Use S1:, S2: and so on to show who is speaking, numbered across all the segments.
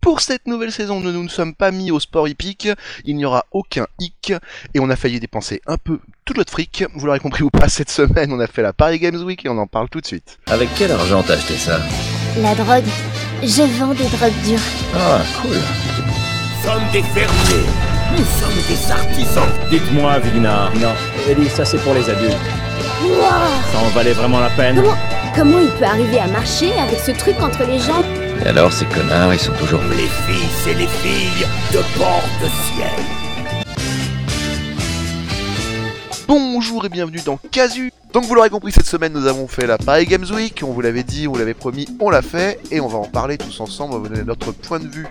S1: pour cette nouvelle saison, nous ne nous sommes pas mis au sport hippique, il n'y aura aucun hic, et on a failli dépenser un peu tout notre fric. Vous l'aurez compris ou pas, cette semaine, on a fait la Paris Games Week et on en parle tout de suite.
S2: Avec quel argent t'as acheté ça
S3: La drogue. Je vends des drogues dures.
S2: Ah, cool.
S4: Nous sommes des fermiers. Nous sommes des artisans.
S5: Dites-moi, Vignard.
S6: Non, Ellie, ça c'est pour les adultes.
S3: Wow
S5: Ça en valait vraiment la peine
S3: Comment, comment il peut arriver à marcher avec ce truc entre les jambes
S2: Et alors, ces connards, ils sont toujours...
S4: Les fils et les filles de bord de ciel.
S1: Bonjour et bienvenue dans Casu. Donc vous l'aurez compris, cette semaine nous avons fait la Paris Games Week, on vous l'avait dit, on vous l'avait promis, on l'a fait, et on va en parler tous ensemble, on va vous donner notre point de vue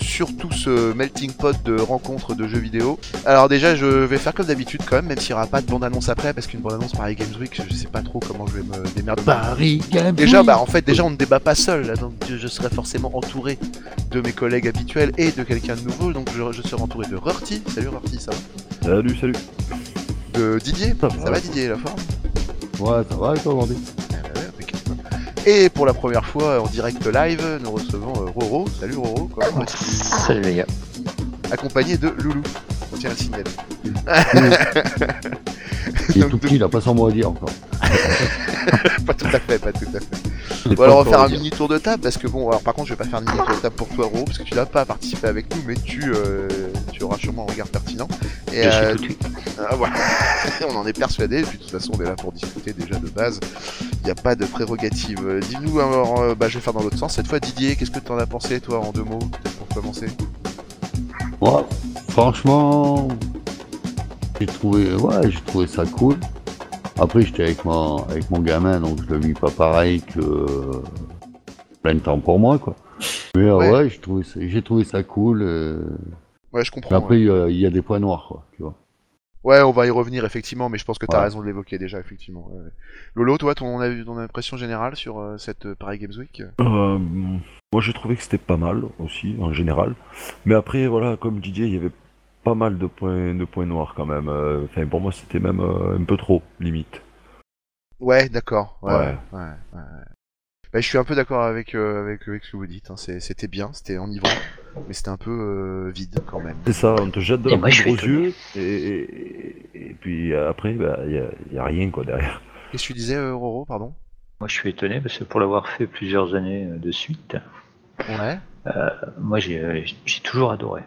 S1: sur tout ce melting pot de rencontres de jeux vidéo. Alors déjà je vais faire comme d'habitude quand même, même s'il n'y aura pas de bande-annonce après, parce qu'une bande-annonce Paris Games Week, je sais pas trop comment je vais me démerder.
S7: Paris Games
S1: Déjà, bah, en fait, déjà, on ne débat pas seul, là, donc je, je serai forcément entouré de mes collègues habituels et de quelqu'un de nouveau, donc je, je serai entouré de Rorty, salut Rorty, ça va
S7: Salut, salut.
S1: De Didier,
S7: Ça
S1: ça
S7: va.
S1: va Didier, la forme Ah
S7: Ouais, ça va et toi, Bandit
S1: Ouais, impeccable. Et pour la première fois en direct live, nous recevons euh, Roro, salut Roro, quoi.
S2: Salut les gars.
S1: accompagné de Loulou, on tient le signal.
S7: Il est
S1: Donc,
S7: tout petit, il a pas son mot à dire encore.
S1: pas tout à fait, pas tout à fait.
S7: Il est
S1: Bon
S7: pas
S1: alors on
S7: encore
S1: va faire
S7: à
S1: un
S7: dire.
S1: mini tour de table parce que bon alors par contre je vais pas faire un mini tour de table pour toi Roro parce que tu n'as pas participé avec nous mais tu, euh, tu auras sûrement un regard pertinent. Et,
S2: Je suis
S1: euh,
S2: tout de suite.
S1: Ah, voilà. on en est persuadé, et puis de toute façon on est là pour discuter déjà de base. Il n'y a pas de prérogative. Euh, Dis-nous alors, euh, bah, je vais faire dans l'autre sens. Cette fois Didier, qu'est-ce que t'en as pensé toi en deux mots peut-être pour commencer
S7: Ouais, franchement, j'ai trouvé, ouais, j'ai trouvé ça cool. Après, j'étais avec mon, avec mon gamin, donc je le vis pas pareil que plein de temps pour moi, quoi. Mais euh,
S1: Ouais.
S7: ouais, j'ai trouvé ça, j'ai trouvé ça cool. euh,
S1: Ouais je comprends.
S7: mais Bah, après, il y a- il y, a des points noirs, quoi. Tu vois.
S1: Ouais, on va y revenir effectivement, mais je pense que t'as
S7: Ouais.
S1: raison de l'évoquer déjà effectivement. ouais, ouais. Lolo, toi, ton, avis- ton impression générale sur euh, cette euh, Paris Games Week
S8: Euh, moi, j'ai trouvé que c'était pas mal aussi, en général. Mais après, voilà, comme Didier, il y avait pas mal de points, de points noirs quand même. Euh, Enfin, pour moi, c'était même euh, un peu trop, limite.
S1: Ouais, d'accord. Ouais.
S8: Ouais.
S1: ouais, ouais. Bah, je suis un peu d'accord avec, euh, avec avec ce que vous dites. hein, c'est- C'était bien, c'était enivrant, mais c'était un peu euh, vide quand même.
S8: C'est ça, on te jette de
S2: Et
S8: la
S2: moi, je
S8: poudre aux
S2: suis étonné.
S8: yeux, et, et- et puis après, bah, il y a, il y a rien quoi derrière.
S1: Qu'est-ce que tu disais, euh, Roro, pardon
S9: Moi, je suis étonné parce que pour l'avoir fait plusieurs années euh, de suite,
S1: Ouais.
S9: moi, j'ai euh, j'ai toujours adoré.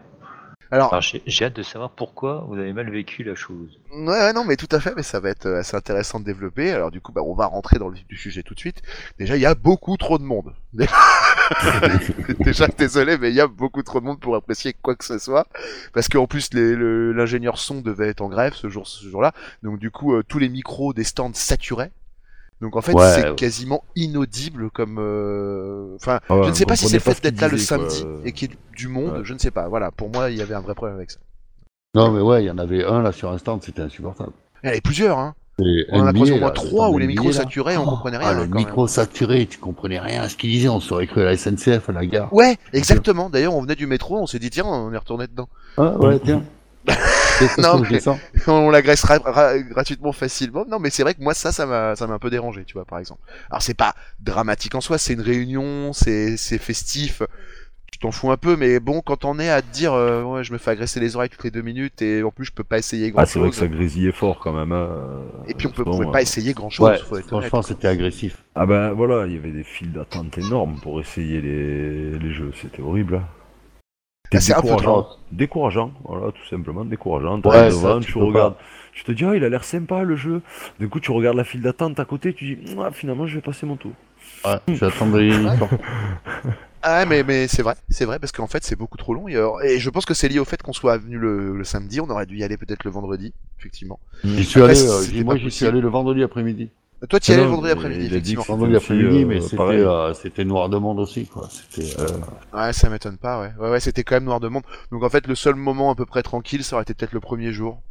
S1: Alors,
S9: Alors, j'ai j'ai hâte de savoir pourquoi vous avez mal vécu la chose.
S1: Ouais, ouais, non, mais tout à fait, mais ça va être euh, assez intéressant de développer. Alors du coup, bah, on va rentrer dans le vif du sujet tout de suite. Déjà, il y a beaucoup trop de monde. Déjà, désolé, mais il y a beaucoup trop de monde pour apprécier quoi que ce soit. Parce qu'en plus, les- le- l'ingénieur son devait être en grève ce jour, ce jour-là. Donc du coup, euh, tous les micros des stands saturaient. Donc en fait,
S7: Ouais,
S1: c'est
S7: ouais.
S1: quasiment inaudible comme. euh, Enfin,
S8: Ah ouais,
S1: je ne sais
S8: on
S1: pas si c'est le
S8: comprenait
S1: fait
S8: ce qu'il
S1: d'être là le
S8: disait, quoi.
S1: samedi et qu'il y ait du monde.
S8: Ouais.
S1: Je ne sais pas. Voilà, pour moi, il y avait un vrai problème avec ça.
S7: Non, mais ouais, il y en avait un là sur un stand, c'était insupportable.
S1: Il y en avait plusieurs, hein.
S7: Et euh,
S1: On en a
S7: NBA,
S1: croisé au moins
S7: là,
S1: trois
S7: stand
S1: où les
S7: NBA,
S1: micros
S7: là.
S1: saturaient, on
S7: Oh,
S1: comprenait
S7: ah,
S1: rien.
S7: le
S1: quand même.
S7: micro saturé, tu comprenais rien à ce qu'il disait. On serait cru à la SNCF à la gare.
S1: Ouais, exactement. D'ailleurs, on venait du métro, on s'est dit tiens, on est retourné dedans.
S7: Ah ouais, tiens. Qu'est-ce que
S1: Non,
S7: je
S1: mais-
S7: descends
S1: on l'agresse ra- ra- gratuitement facilement. Non, mais c'est vrai que moi ça, ça m'a, ça m'a un peu dérangé, tu vois, par exemple. Alors c'est pas dramatique en soi, c'est une réunion, c'est, c'est festif. Tu t'en fous un peu, mais bon, quand on est à te dire, euh, ouais, je me fais agresser les oreilles toutes les deux minutes et en plus je peux pas essayer grand
S8: Ah, c'est vrai que
S1: chose.
S8: ça grésillait fort quand même. hein.
S1: Et puis on peut,
S8: Bon,
S1: pouvait
S8: euh,
S1: pas essayer grand chose.
S7: Ouais,
S1: faut être honnête.
S7: franchement, c'était agressif.
S8: Ah ben voilà, il y avait des files d'attente énormes pour essayer les, les jeux, c'était horrible. hein.
S1: Ah, c'est un peu
S8: décourageant. décourageant, voilà, tout simplement décourageant.
S7: Ouais,
S8: T'arrives
S7: ça,
S8: devant,
S7: tu
S8: tu
S7: peux
S8: regardes, tu te dis, ah, il a l'air sympa le jeu. Du coup, tu regardes la file d'attente à côté, tu dis, ah, finalement, je vais passer mon tour.
S7: Ouais, j'attendais une sortie.
S1: Ah mais mais c'est vrai, c'est vrai parce qu'en fait c'est beaucoup trop long et, alors- et je pense que c'est lié au fait qu'on soit venu le, le samedi, on aurait dû y aller peut-être le vendredi, effectivement.
S7: J'y suis
S1: Après,
S7: allé, euh,
S1: c'était
S7: j'y- moi
S1: pas
S7: j'y suis
S1: possible.
S7: allé le vendredi après-midi.
S1: Toi tu y
S8: Ah
S1: allais le
S8: non,
S1: vendredi
S8: mais
S1: après-midi,
S8: il a dit
S1: effectivement.
S8: C'était
S7: Vendredi
S8: aussi,
S7: après-midi,
S8: euh,
S7: mais c'était
S8: pareil.
S7: euh, c'était noir de monde aussi, quoi. C'était. euh,
S1: Ouais, ça m'étonne pas, ouais. Ouais, ouais, c'était quand même noir de monde. Donc en fait, le seul moment à peu près tranquille, ça aurait été peut-être le premier jour,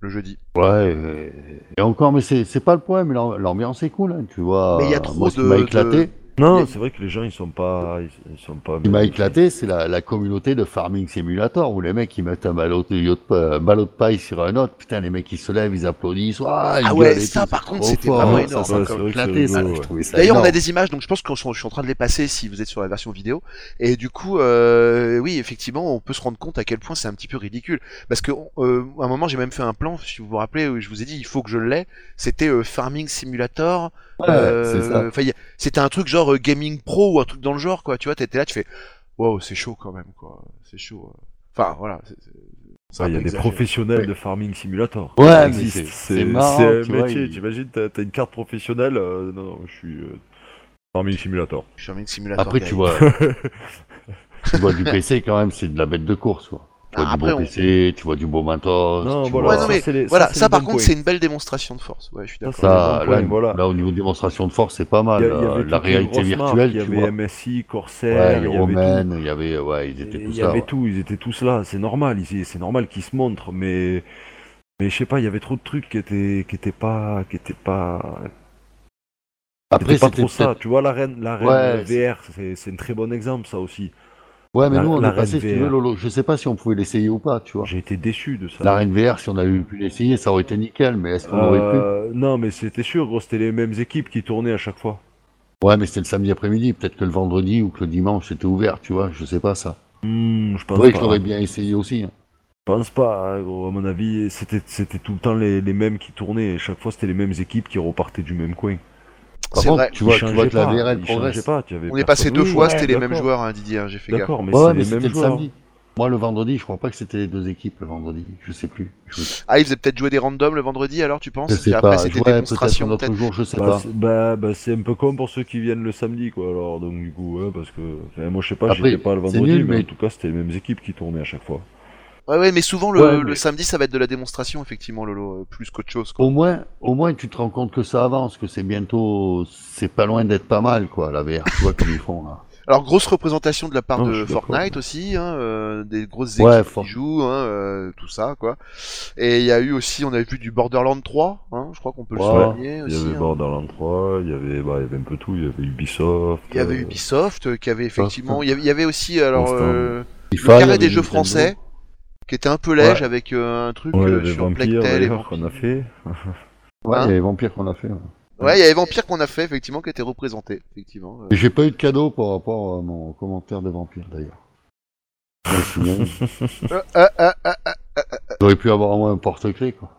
S1: le jeudi.
S7: Ouais. euh, Et encore, mais c'est c'est pas le problème. mais l'am- L'ambiance est cool, hein, tu vois.
S1: Mais il y a
S7: euh,
S1: trop
S7: moi, ce qui
S1: de-
S7: m'a éclaté.
S8: Non,
S7: Mais-
S8: c'est vrai que les gens, ils sont pas. Ils, ils sont pas
S7: Ce qui m'a éclaté, c'est la, la communauté de Farming Simulator, où les mecs, ils mettent un ballot de, yacht- euh, ballot de paille sur un autre, putain, les mecs, ils se lèvent, ils applaudissent, ah, ils
S1: Ah ouais,
S7: gueulent et
S1: ça
S7: tout,
S1: par
S7: c'est
S1: contre,
S7: trop
S1: c'était
S7: fort,
S1: vraiment
S7: ça,
S1: énorme.
S7: Ça, ça
S8: Ouais, c'est
S7: m'a
S8: vrai que
S7: éclaté,
S8: c'est
S7: ça,
S8: rigolo,
S7: je
S8: ouais.
S7: trouvais ça
S1: D'ailleurs, on a
S7: énorme.
S1: des images, donc je pense que je suis en train de les passer si vous êtes sur la version vidéo. Et du coup, euh, oui, effectivement, on peut se rendre compte à quel point c'est un petit peu ridicule. Parce que, euh, à un moment, j'ai même fait un plan, si vous vous rappelez, où je vous ai dit, il faut que je l'ai. C'était euh, Farming Simulator.
S7: Ouais, c'est ça.
S1: euh, enfin, il y a- c'était un truc genre euh, Gaming Pro ou un truc dans le genre, quoi. Tu vois, t'étais là, tu fais, wow, c'est chaud quand même, quoi. C'est chaud. euh. Enfin, voilà. c'est- c'est- c'est un
S8: Ouais, Ah, Il y
S1: peu
S8: a des
S1: exagéré.
S8: professionnels
S7: Ouais.
S8: de farming simulator.
S7: Ouais,
S8: Ça
S7: mais
S8: existe.
S7: c'est-
S8: c'est
S7: c'est marrant,
S8: c'est un
S7: tu vois,
S8: métier.
S7: il-
S8: T'imagines, t'as t'as une carte professionnelle. euh, non, non, je suis euh, farming simulator.
S1: Farming Simulator.
S7: Après,
S1: guys.
S7: tu vois, tu vois du PC quand même, c'est de la bête de course, quoi. Tu vois
S1: Ah,
S7: du
S1: après,
S7: bon
S1: on-
S7: PC, tu vois du beau matos.
S8: Non,
S7: tu
S8: voilà,
S7: vois-
S1: Ouais, non, mais
S8: c'est les-
S1: Voilà,
S8: c'est
S1: ça
S8: les
S1: par
S8: bons
S1: contre,
S8: points.
S1: c'est une belle démonstration de force. Ouais, je suis d'accord.
S8: c'est les
S7: Ça,
S8: bons
S7: là,
S8: points, voilà.
S7: là, au niveau démonstration de force, c'est pas mal.
S8: Il y a- il y
S7: là.
S8: avait
S7: la
S8: toutes les
S7: réalité
S8: grosses marques,
S7: virtuelle,
S8: Il y
S7: tu
S8: avait
S7: vois.
S8: MSI,
S7: Ouais,
S8: Corsair,
S7: les
S8: il y avait tout.
S7: Romaines, il y avait, ouais, ils étaient
S8: Il
S7: tous
S8: y
S7: là.
S8: avait
S7: ouais.
S8: tout, ils étaient tous là, c'est normal, ils- c'est normal qu'ils se montrent, mais, mais je sais pas, il y avait trop de trucs qui étaient, qui étaient pas, qui étaient pas, qui
S7: Après,
S8: étaient pas
S7: c'était
S8: trop ça.
S7: peut-être.
S8: Tu vois, l'arène, l'arène
S7: Ouais,
S8: VR, euh, c'est c'est un très bon exemple, ça aussi.
S7: Ouais, mais
S8: La-
S7: nous, on
S8: la
S7: est passé, si tu
S8: RNVR.
S7: veux, Lolo. Je sais pas si on pouvait l'essayer ou pas, tu vois.
S8: J'ai été déçu de ça.
S7: La Reine VR, si on avait pu l'essayer, ça aurait été nickel, mais est-ce qu'on aurait
S8: Euh, non, mais c'était sûr, gros, c'était les mêmes équipes qui tournaient à chaque fois.
S7: pu Ouais, mais c'était le samedi après-midi, peut-être que le vendredi ou que le dimanche c'était ouvert, tu vois, je sais pas ça.
S8: Hmm, je pense
S7: Oui, je
S8: pas.
S7: l'aurais bien essayé aussi. hein.
S8: Je pense pas, hein, gros, à mon avis, c'était c'était tout le temps les, les mêmes qui tournaient, et chaque fois c'était les mêmes équipes qui repartaient du même coin.
S7: Par
S1: C'est
S7: contre,
S1: vrai.
S7: tu vois,
S8: Ils
S7: tu
S8: changeaient
S7: vois que la
S8: pas,
S7: VR elle
S8: ils
S7: progresse.
S8: changeaient pas, tu avais
S1: On est
S8: personne-
S1: passé deux
S8: Oui,
S1: fois,
S8: ouais,
S1: c'était les mêmes
S8: d'accord.
S1: joueurs, hein, Didier, hein, j'ai fait gaffe.
S8: D'accord, mais
S7: Ouais,
S8: c'est
S7: mais
S8: les mêmes
S7: c'était le
S8: joueurs. hein.
S7: samedi. Moi, le vendredi, je crois pas que c'était les deux équipes le vendredi. Je sais plus. Je,
S1: Ah, ils faisaient peut-être jouer des randoms le vendredi alors, tu penses
S7: je
S1: Et
S7: sais
S1: Après,
S7: pas.
S1: c'était
S7: Je
S1: des
S7: ouais, peut-être un
S1: démonstrations,
S7: autre
S1: peut-être.
S7: jour, je sais
S8: Bah,
S7: pas.
S8: c'est- bah, bah, c'est un peu con pour ceux qui viennent le samedi, quoi. Alors, donc, du coup, ouais, parce que. enfin, moi, je sais pas,
S7: Après,
S8: j'étais pas le
S7: c'est
S8: vendredi,
S7: nul,
S8: mais...
S7: mais-
S8: en tout cas, c'était les mêmes équipes qui tournaient à chaque fois.
S1: Ouais, ouais, mais souvent le,
S8: Ouais, mais-
S1: le samedi, ça va être de la démonstration, effectivement, Lolo, euh, plus qu'autre chose. Quoi.
S7: Au moins, au moins, tu te rends compte que ça avance, que c'est bientôt, c'est pas loin d'être pas mal, quoi, la VR. Tu vois comme ils font là.
S1: Alors, grosse représentation de la part
S8: Non, je
S1: de
S8: suis d'accord,
S1: Fortnite aussi, hein, euh, des grosses équipes
S7: Ouais, Fort-
S1: qui jouent, hein, euh, tout ça, quoi. Et il y a eu aussi, on avait vu du Borderlands 3, hein, je crois qu'on peut le
S7: Ouais,
S1: souligner
S8: Il y
S1: aussi.
S8: avait
S1: hein.
S8: Borderlands 3, il y avait, bah, il y avait un peu tout, il y avait Ubisoft.
S1: Il y avait
S8: euh, hein.
S1: Ubisoft euh, qui avait effectivement, il y avait, il y avait aussi alors
S8: Constant.
S1: euh, le
S7: FIFA, il y
S1: carré
S7: avait
S1: des jeux
S7: Nintendo.
S1: français qui était un peu lège avec euh, un truc
S8: Ouais, il y
S1: euh,
S8: avait
S1: sur
S8: Vampire,
S1: Blacktel et
S8: d'ailleurs, qu'on a fait.
S7: Ouais,
S1: Hein
S7: il y avait Vampire qu'on a fait. ouais.
S1: Ouais, il y avait Vampire qu'on a fait, effectivement, qui était représenté, effectivement. Euh,
S7: Et J'ai pas eu de cadeau par rapport à mon commentaire de Vampire d'ailleurs. Ouais, c'est bien.
S1: euh, euh, euh, euh, euh,
S7: J'aurais pu avoir au moins un porte-clés, quoi.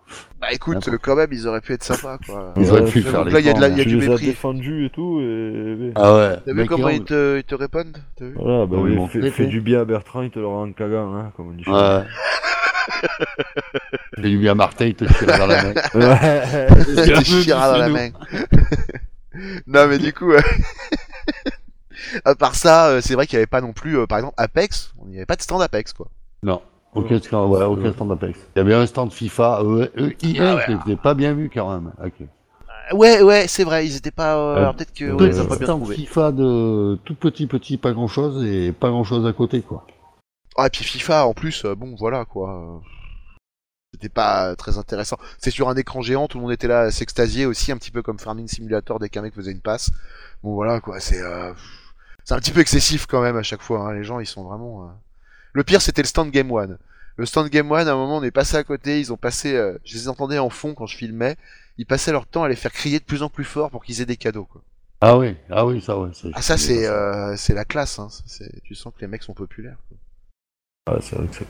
S1: Bah écoute, euh, quand même, ils auraient pu être sympas, quoi.
S7: Ils
S8: Ouais,
S7: auraient pu
S1: j'avoue
S7: faire
S1: que
S7: les
S1: là, il y a de la- il y a
S8: Tu
S1: du
S8: les as
S1: mépris.
S8: défendus et tout, et.
S7: Ah ouais.
S1: T'as vu
S7: mec,
S1: comment
S7: il-
S1: ils te, ils te répondent T'as vu
S8: Voilà, bah,
S7: Ah oui,
S8: oui,
S7: bon.
S8: fais, fais du bien à Bertrand, il te le rend en cagant, hein, comme on dit.
S7: Ouais. J'ai lui mis à Martin, il te tire dans la main.
S8: Ouais.
S1: Il te chira dans la main. non, mais du coup, euh, à part ça, euh, c'est vrai qu'il y avait pas non plus, euh, par exemple, Apex. Il n'y avait pas de stand Apex, quoi.
S7: Non. Aucun stand,
S1: Euh,
S7: ouais, aucun stand d'Apex. Il y avait un stand FIFA, euh, euh,
S1: Ah
S7: EA, je l'ai pas bien vu quand même. Ok.
S1: Euh, Ouais, ouais, c'est vrai, ils étaient pas. euh,
S7: Euh,
S1: alors peut-être que.
S7: Deux
S1: Ouais, ils ont pas bien
S7: stands
S1: trouvé.
S7: FIFA de tout petit, petit, pas grand chose et pas grand chose à côté, quoi.
S1: Ah, et puis FIFA, en plus, euh, bon, voilà, quoi. euh, C'était pas euh, très intéressant. C'est sur un écran géant, tout le monde était là à s'extasier aussi, un petit peu comme Farming Simulator dès qu'un mec faisait une passe. Bon, voilà, quoi, c'est... euh, pff, C'est un petit peu excessif quand même à chaque fois, hein, les gens, ils sont vraiment... euh. Le pire, c'était le stand Game One. Le stand Game One, à un moment, on est passé à côté, ils ont passé... euh, Je les entendais en fond quand je filmais, ils passaient leur temps à les faire crier de plus en plus fort pour qu'ils aient des cadeaux, quoi.
S7: Ah oui, ah oui, ça, ouais.
S1: Ah, ça, c'est euh, c'est la classe, hein. c'est- Tu sens que les mecs sont populaires. quoi.
S8: Ah, c'est vrai que ça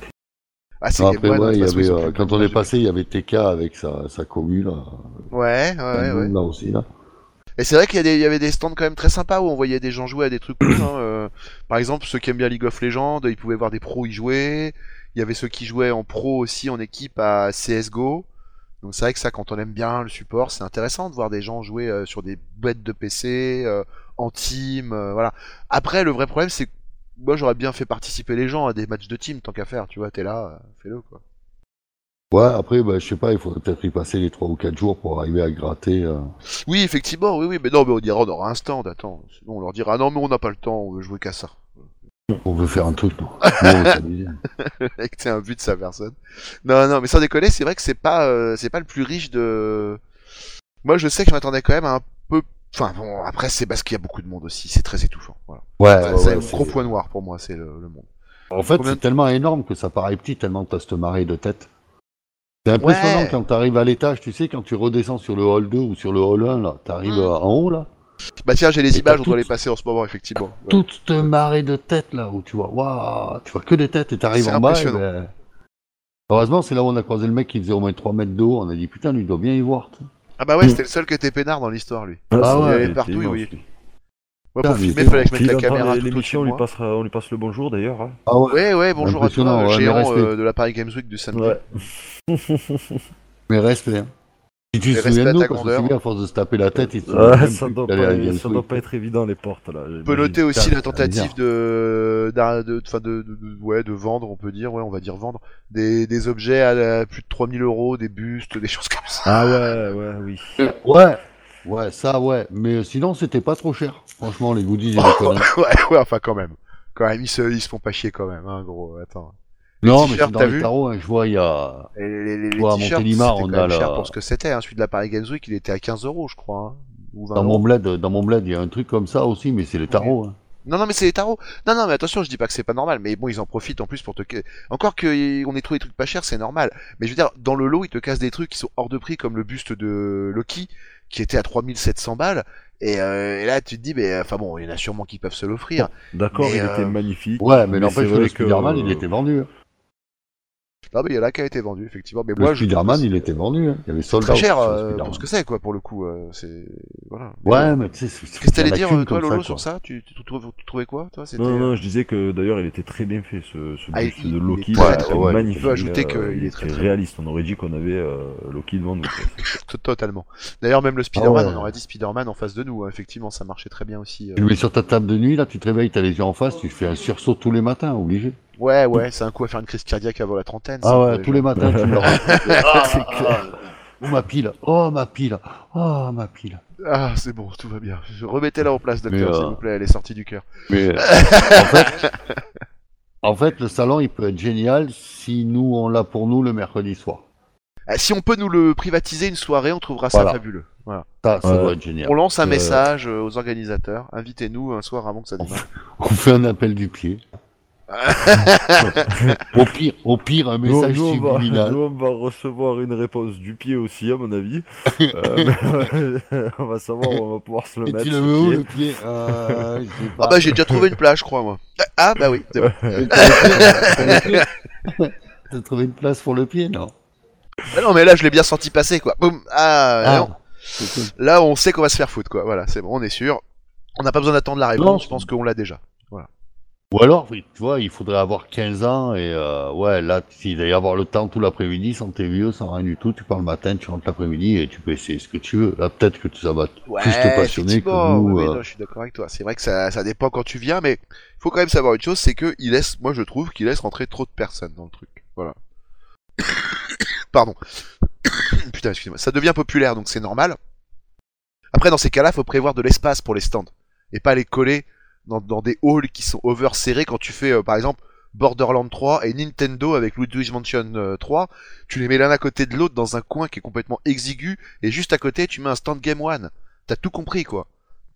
S1: Ah, c'est
S7: Ah,
S1: Game
S7: Après,
S1: One, de
S7: ouais,
S1: toute
S7: il y
S1: façon, ils
S7: avait,
S1: sont
S7: euh,
S1: plus
S7: quand on est
S1: populaires.
S7: passé, il y avait TK avec sa, sa commu, là.
S1: Ouais, ouais, ouais.
S7: Là aussi, là.
S1: Et c'est vrai qu'il y, a des- il y avait des stands quand même très sympas où on voyait des gens jouer à des trucs cool. hein, euh, par exemple, ceux qui aiment bien League of Legends, ils pouvaient voir des pros y jouer. Il y avait ceux qui jouaient en pro aussi en équipe à CSGO. Donc c'est vrai que ça, quand on aime bien le support, c'est intéressant de voir des gens jouer euh, sur des bêtes de PC, euh, en team, euh, voilà. Après, le vrai problème, c'est que moi, j'aurais bien fait participer les gens à des matchs de team, tant qu'à faire. Tu vois, t'es là, euh, fais-le, quoi.
S7: Ouais, après, bah, je sais pas, il faudrait peut-être y passer les 3 ou 4 jours pour arriver à gratter. euh.
S1: Oui, effectivement, oui, oui. Mais non, mais on dira, on aura un stand, attends. Sinon, on leur dira, ah non, mais on n'a pas le temps, on veut jouer qu'à ça.
S7: On veut faire un truc, nous. Nous, on veut s'amuser.
S1: et que c'est un but de sa personne. Non, non, mais sans déconner, c'est vrai que c'est pas, euh, c'est pas le plus riche de. Moi, je sais que je m'attendais quand même à un peu Enfin bon, après c'est parce qu'il y a beaucoup de monde aussi, c'est très étouffant. Voilà.
S7: Ouais,
S1: Bah,
S7: ouais,
S1: c'est
S7: ouais,
S1: un gros point noir pour moi, c'est le, le monde.
S7: En fait,
S1: Combien
S7: c'est
S1: de-
S7: tellement énorme que ça paraît petit, tellement t'as cette marée de tête. C'est impressionnant
S1: Ouais.
S7: quand t'arrives à l'étage, tu sais, quand tu redescends sur le hall 2 ou sur le hall 1, là, t'arrives
S1: Mm.
S7: euh, en haut, là.
S1: Bah tiens, j'ai les
S7: Et
S1: images,
S7: t'as
S1: on doit les
S7: toutes-
S1: passer en ce moment, effectivement. Ouais.
S7: Toute cette marée de têtes, là, où tu vois, waouh, tu vois que des têtes et t'arrives
S1: C'est
S7: en bas. et
S1: impressionnant.
S7: ben, Heureusement, c'est là où on a croisé le mec qui faisait au moins 3 mètres de haut. On a dit, putain, lui, il doit bien y voir. tu sais.
S1: Ah
S7: Mm.
S1: bah ouais, c'était le seul qui était peinard dans l'histoire, lui.
S7: Ah
S1: Il y
S7: ouais,
S1: avait partout,
S8: c'est
S1: oui.
S8: immense.
S1: Moi, pour
S7: Putain,
S1: filmer,
S7: Ah, mais
S1: fallait que je
S8: Puis
S1: mette la
S8: il entend
S1: caméra tout
S8: les-
S1: au-dessus
S8: L'émission,
S1: de
S8: on, lui
S1: moi.
S8: passera- on lui passe le bonjour d'ailleurs. hein.
S7: Ah ouais,
S1: Ouais, ouais, bonjour à
S7: Impressionnant,
S1: toi,
S7: ouais, mais
S1: géant
S7: respect.
S1: euh, de la Paris Games Week du samedi.
S7: mais respect. hein. Si tu
S1: Mais
S7: te
S1: respect
S7: souviens
S1: à
S7: de nous,
S1: ta
S7: parce que
S1: grandeur.
S7: celui-là, à force de se taper la tête, il se souvient
S8: Ah,
S7: même
S8: ça
S7: plus
S8: doit,
S7: qu'il allait à la
S8: pas,
S7: Games
S8: ça
S7: Week.
S8: doit pas être évident les portes là.
S1: On peut noter aussi
S7: putain,
S1: la tentative de, d'un- de, enfin, de, de- de- ouais, de vendre, on peut dire, ouais, on va dire vendre, des, des objets à la- plus de 3000 euros, des bustes, des choses comme ça.
S8: Ah ouais, ouais, oui.
S7: Ouais, ouais, ça, ouais. Mais sinon, c'était pas trop cher. Franchement, les goodies, ils les connaissent.
S1: ouais, ouais, enfin quand même. Quand même, ils se, ils se font pas chier quand même, hein, gros, attends.
S7: Non, mais
S1: t-shirts,
S7: c'est dans
S1: t'as
S7: les
S1: vu
S7: tarots, hein, je vois, il y a.
S1: Et les, les, les
S7: Ouais, à
S1: t-shirts, c'était
S7: Montélimar,
S1: quand
S7: on
S1: même
S7: a
S1: cher
S7: la-
S1: pour ce que c'était, hein. celui de la Paris Games Week, il était à 15 euros, je crois, hein, ou 20
S7: Dans
S1: euros.
S7: mon bled, dans mon bled, il y a un truc comme ça aussi, mais c'est les tarots. hein.
S1: Non, non, mais c'est les tarots. Non, non, mais attention, je dis pas que c'est pas normal, mais bon, ils en profitent en plus pour te. ca- Encore que y- on ait trouvé des trucs pas chers, c'est normal. Mais je veux dire, dans le lot, ils te cassent des trucs qui sont hors de prix, comme le buste de Loki, qui était à 3700 balles. Et, euh, et là, tu te dis, mais enfin bon, il y en a sûrement qui peuvent se l'offrir.
S8: D'accord,
S1: Mais,
S8: il
S1: euh,
S8: était magnifique.
S7: Ouais, mais
S8: Mais
S7: n'empêche
S8: c'est
S7: que
S8: vrai
S7: le
S8: que-
S7: Spider-Man, il était vendu. hein.
S1: Ah, mais il y en a qui a été vendu, effectivement. Mais
S7: Le
S1: moi, je.
S7: Spider-man, il était vendu. hein. Il y avait sold
S1: Très
S7: out
S1: cher
S7: sur le
S1: euh,
S7: Spider-Man.
S1: pour ce que c'est, quoi, pour le coup. euh, c'est. Voilà. Mais bon.
S7: Ouais, mais tu sais, c'est-
S1: Qu'est-ce que
S7: il y a
S1: t'allais
S7: la
S1: dire,
S7: thune
S1: toi,
S7: comme
S1: Lolo,
S7: ça,
S1: sur
S7: quoi.
S1: ça tu, tu, trouvais- tu trouvais quoi, toi c'était,
S8: Non,
S1: euh,
S8: non, je disais que d'ailleurs il était très bien fait ce, ce
S1: Ah,
S8: buste
S1: il-
S8: de
S1: il
S8: Loki.
S1: est très,
S8: ouais,
S1: très
S8: était
S7: bon.
S8: magnifique.
S1: Je peux ajouter que
S8: euh,
S1: il est très,
S8: était
S1: très
S8: réaliste. On aurait dit qu'on avait euh, Loki devant nous. quoi.
S1: Totalement. D'ailleurs, même le Spider-Man,
S7: Ah ouais.
S1: on aurait dit Spider-Man en face de nous. hein. Effectivement, ça marchait très bien aussi. euh.
S7: Tu le mets sur ta table de nuit, là, tu te réveilles, t'as les yeux en face, tu fais un sursaut tous les matins, obligé.
S1: Ouais, ouais, c'est un coup à faire une crise cardiaque avant la trentaine. ça,
S7: Ah ouais,
S1: déjà.
S7: tous les matins, tu me le
S1: Ah,
S7: rends. Oh ma pile, oh ma pile, oh ma pile.
S1: Ah, c'est bon, tout va bien. Je- Remettez-la en place,
S7: Mais,
S1: docteur,
S7: euh,
S1: s'il vous plaît, elle est sortie du cœur.
S7: Mais euh, en, fait, en fait, le salon, il peut être génial si nous, on l'a pour nous le mercredi soir.
S1: Ah, si on peut nous le privatiser une soirée, on trouvera ça
S7: Voilà.
S1: fabuleux. Voilà.
S7: Ça, ça
S8: Ouais.
S7: doit être génial.
S1: On lance un
S7: Euh,
S1: message euh, aux organisateurs. Invitez-nous un soir avant que ça démarre.
S7: On fait un appel du pied. au pire, au pire, un
S8: Nous,
S7: message
S8: nous, on va,
S7: subliminal.
S8: nous, on va recevoir une réponse du pied aussi, à mon avis. Euh, mais- on va savoir où on va pouvoir se le
S7: Et
S8: mettre.
S7: tu le
S8: ce
S7: mets où le
S8: pied.
S7: pied Euh, je sais pas.
S1: Ah bah, j'ai déjà trouvé une plage, je crois, moi. Ah bah oui, c'est bon.
S7: T'as trouvé une place pour le pied, non
S1: Ah non, mais là, je l'ai bien senti passer, quoi. Boum. Ah,
S7: Ah,
S1: non. Là, on sait qu'on va se faire foutre, quoi. Voilà, c'est bon, on est sûr. On n'a pas besoin d'attendre la réponse,
S7: Non.
S1: je pense qu'on l'a déjà.
S7: Ou alors, tu vois, il faudrait avoir 15 ans et euh, ouais, là, il va y avoir le temps tout l'après-midi sans tes vieux, sans rien du tout. Tu pars le matin, tu rentres l'après-midi et tu peux essayer ce que tu veux. Là, peut-être que ça va
S1: Ouais,
S7: plus te passionner que
S1: effectivement,
S7: nous.
S1: oui, oui,
S7: euh,
S1: non, je suis d'accord avec toi. C'est vrai que ça, ça dépend quand tu viens, mais il faut quand même savoir une chose, c'est que il laisse, moi je trouve qu'il laisse rentrer trop de personnes dans le truc. Voilà. Pardon. Putain, excusez-moi. Ça devient populaire, donc c'est normal. Après, dans ces cas-là, faut prévoir de l'espace pour les stands et pas les coller dans, dans des halls qui sont over serrés. Quand tu fais, euh, par exemple, Borderland 3 et Nintendo avec Luigi's Mansion euh, 3, tu les mets l'un à côté de l'autre dans un coin qui est complètement exigu et juste à côté, tu mets un stand Game One. T'as tout compris, quoi.